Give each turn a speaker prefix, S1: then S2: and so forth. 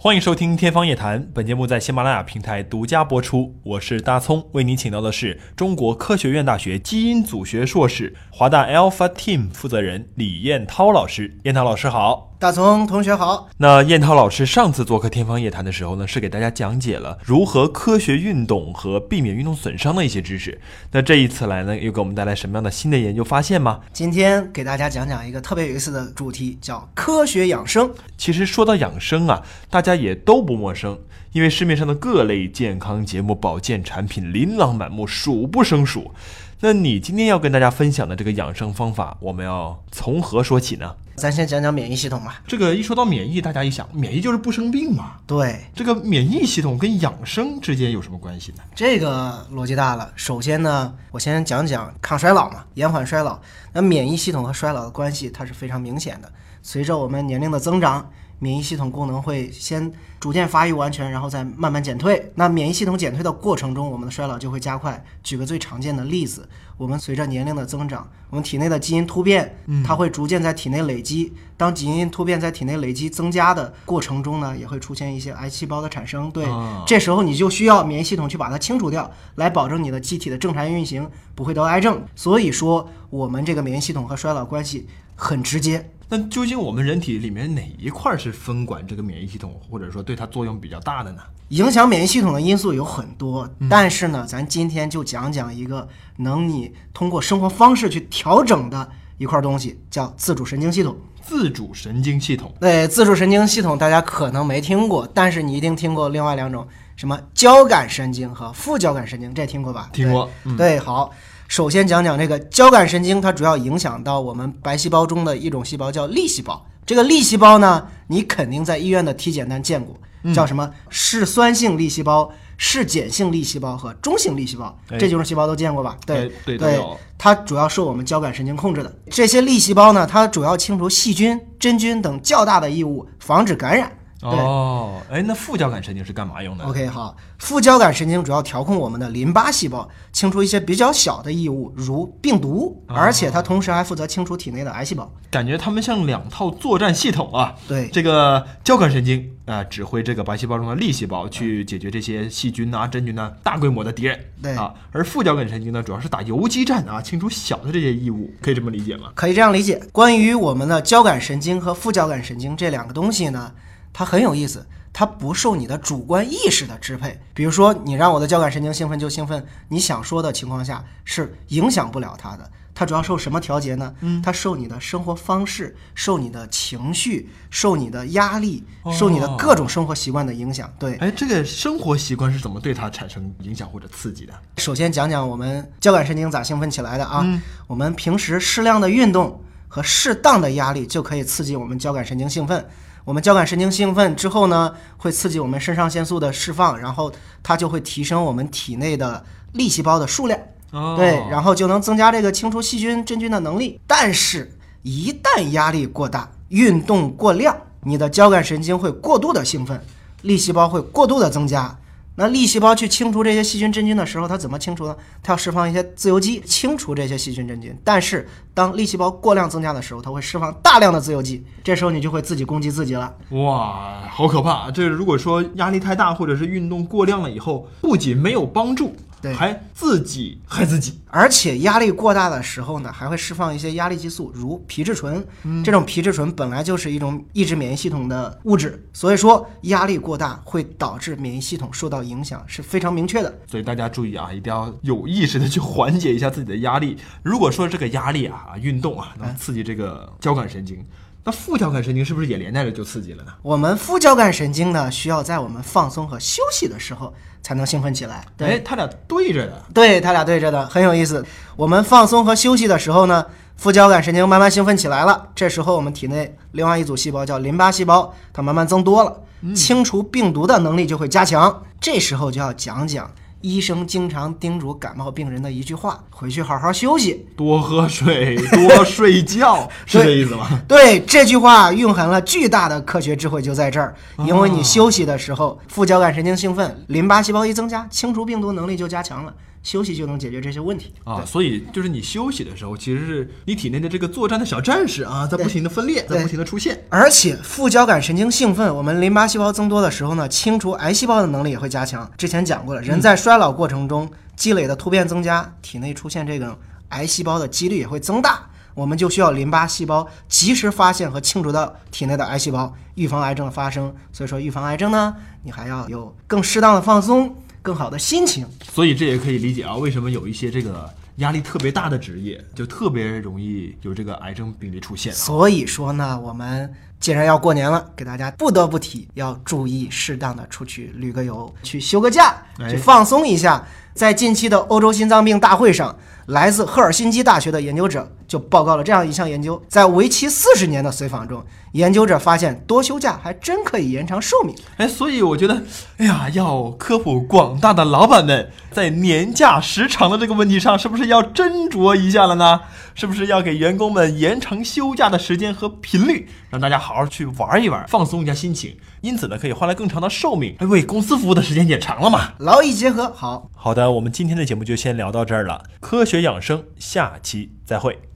S1: 欢迎收听《天方夜谭》，本节目在喜马拉雅平台独家播出。我是大葱，为您请到的是中国科学院大学基因组学硕士、华大 Alpha Team 负责人李彦涛老师。彦涛老师好。
S2: 大葱同学好，
S1: 那燕涛老师上次做客《天方夜谭》的时候呢，是给大家讲解了如何科学运动和避免运动损伤的一些知识。那这一次来呢，又给我们带来什么样的新的研究发现吗？
S2: 今天给大家讲讲一个特别有意思的主题，叫科学养生。
S1: 其实说到养生啊，大家也都不陌生，因为市面上的各类健康节目、保健产品琳琅满目，数不胜数。那你今天要跟大家分享的这个养生方法，我们要从何说起呢？
S2: 咱先讲讲免疫系统吧。
S1: 这个一说到免疫，大家一想，免疫就是不生病嘛。
S2: 对，
S1: 这个免疫系统跟养生之间有什么关系呢？
S2: 这个逻辑大了。首先呢，我先讲讲抗衰老嘛，延缓衰老。那免疫系统和衰老的关系，它是非常明显的。随着我们年龄的增长，免疫系统功能会先逐渐发育完全，然后再慢慢减退。那免疫系统减退的过程中，我们的衰老就会加快。举个最常见的例子，我们随着年龄的增长，我们体内的基因突变，它会逐渐在体内累积。当基因突变在体内累积增加的过程中呢，也会出现一些癌细胞的产生。对，
S1: 啊
S2: 这时候你就需要免疫系统去把它清除掉，来保证你的机体的正常运行，不会得癌症。所以说，我们这个免疫系统和衰老关系很直接。
S1: 那究竟我们人体里面哪一块是分管这个免疫系统，或者说对它作用比较大的呢？
S2: 影响免疫系统的因素有很多，但是呢，咱今天就讲讲一个能你通过生活方式去调整的一块东西，叫自主神经系统。
S1: 自主神经系统。
S2: 对，自主神经系统大家可能没听过，但是你一定听过另外两种，什么交感神经和副交感神经，这听过吧？
S1: 听过
S2: 对。对，好。首先讲讲这个交感神经，它主要影响到我们白细胞中的一种细胞，叫粒细胞。这个粒细胞呢，你肯定在医院的体检单见过，
S1: 嗯
S2: 叫什么嗜酸性粒细胞、嗜碱性粒细胞和中性粒细胞，
S1: 哎
S2: 这几种细胞都见过吧？对
S1: 哎对都有
S2: 它主要受我们交感神经控制的。这些粒细胞呢，它主要清除细菌、真菌等较大的异物，防止感染。对、
S1: 哦，哎，那副交感神经是干嘛用的？
S2: o k 好，副交感神经主要调控我们的淋巴细胞，清除一些比较小的异物，如病毒，
S1: 啊
S2: 而且它同时还负责清除体内的癌细胞。
S1: 感觉它们像两套作战系统啊。
S2: 对
S1: 这个交感神经啊、指挥这个白细胞中的粒细胞去解决这些细菌啊、真菌啊大规模的敌人。
S2: 对
S1: 啊，而副交感神经呢，主要是打游击战啊，清除小的这些异物，可以这么理解吗？
S2: 可以这样理解，关于我们的交感神经和副交感神经这两个东西呢，它很有意思，它不受你的主观意识的支配。比如说，你让我的交感神经兴奋就兴奋，你想说的情况下是影响不了它的。它主要受什么调节呢？嗯，它受你的生活方式、受你的情绪、受你的压力、受你的各种生活习惯的影响。对，
S1: 哎，这个生活习惯是怎么对它产生影响或者刺激的？
S2: 首先讲讲我们交感神经咋兴奋起来的啊？我们平时适量的运动和适当的压力就可以刺激我们交感神经兴奋。我们交感神经兴奋之后呢，会刺激我们肾上腺素的释放，然后它就会提升我们体内的粒细胞的数量，
S1: 哦
S2: 对，然后就能增加这个清除细菌、真菌的能力。但是，一旦压力过大、运动过量，你的交感神经会过度的兴奋，粒细胞会过度的增加。那粒细胞去清除这些细菌真菌的时候，它怎么清除呢？它要释放一些自由基清除这些细菌真菌。但是当粒细胞过量增加的时候，它会释放大量的自由基，这时候你就会自己攻击自己了。
S1: 哇，好可怕！啊这如果说压力太大，或者是运动过量了以后，不仅没有帮助，
S2: 对
S1: 还自己害自己。
S2: 而且压力过大的时候呢，还会释放一些压力激素，如皮质醇。这种皮质醇本来就是一种抑制免疫系统的物质，所以说压力过大会导致免疫系统受到影响，是非常明确的。
S1: 所以大家注意啊，一定要有意识的去缓解一下自己的压力。如果说这个压力啊，啊运动啊，
S2: 嗯
S1: 能刺激这个交感神经，那副交感神经是不是也连带着就刺激了呢？
S2: 我们副交感神经呢，需要在我们放松和休息的时候才能兴奋起来。对。
S1: 哎，它俩对着的。
S2: 对，它俩对着的，很有意思。我们放松和休息的时候呢，副交感神经慢慢兴奋起来了。这时候我们体内另外一组细胞叫淋巴细胞，它慢慢增多了，清除病毒的能力就会加强。这时候就要讲讲医生经常叮嘱感冒病人的一句话：回去好好休息。
S1: 多喝水，多睡 觉，是这意思吗？
S2: 对这句话蕴含了巨大的科学智慧，就在这儿。因为你休息的时候，副交感神经兴奋，淋巴细胞一增加，清除病毒能力就加强了。休息就能解决这些问题
S1: 啊，所以就是你休息的时候，其实是你体内的这个作战的小战士啊，在不停的分裂，在
S2: 对
S1: 不停的出现。
S2: 而且副交感神经兴奋，我们淋巴细胞增多的时候呢，清除癌细胞的能力也会加强。之前讲过了，人在衰老过程中积累的突变增加，体内出现这种癌细胞的几率也会增大。我们就需要淋巴细胞及时发现和清除掉体内的癌细胞，预防癌症的发生。所以说，预防癌症呢，你还要有更适当的放松，更好的心情。
S1: 所以这也可以理解啊，为什么有一些这个压力特别大的职业，就特别容易有这个癌症病例出现。
S2: 所以说呢，我们既然要过年了，给大家不得不提，要注意适当的出去旅个游，去休个假，
S1: 哎
S2: 去放松一下。在近期的欧洲心脏病大会上，来自赫尔辛基大学的研究者就报告了这样一项研究：在为期四十年的随访中，研究者发现多休假还真可以延长寿命。
S1: 哎，所以我觉得，哎呀，要科普广大的老板们，在年假时长的这个问题上，是不是要斟酌一下了呢？是不是要给员工们延长休假的时间和频率，让大家好好去玩一玩，放松一下心情？因此呢，可以换来更长的寿命，哎，为公司服务的时间也长了嘛。
S2: 劳逸结合，好，
S1: 好的，我们今天的节目就先聊到这儿了。科学养生，下期再会。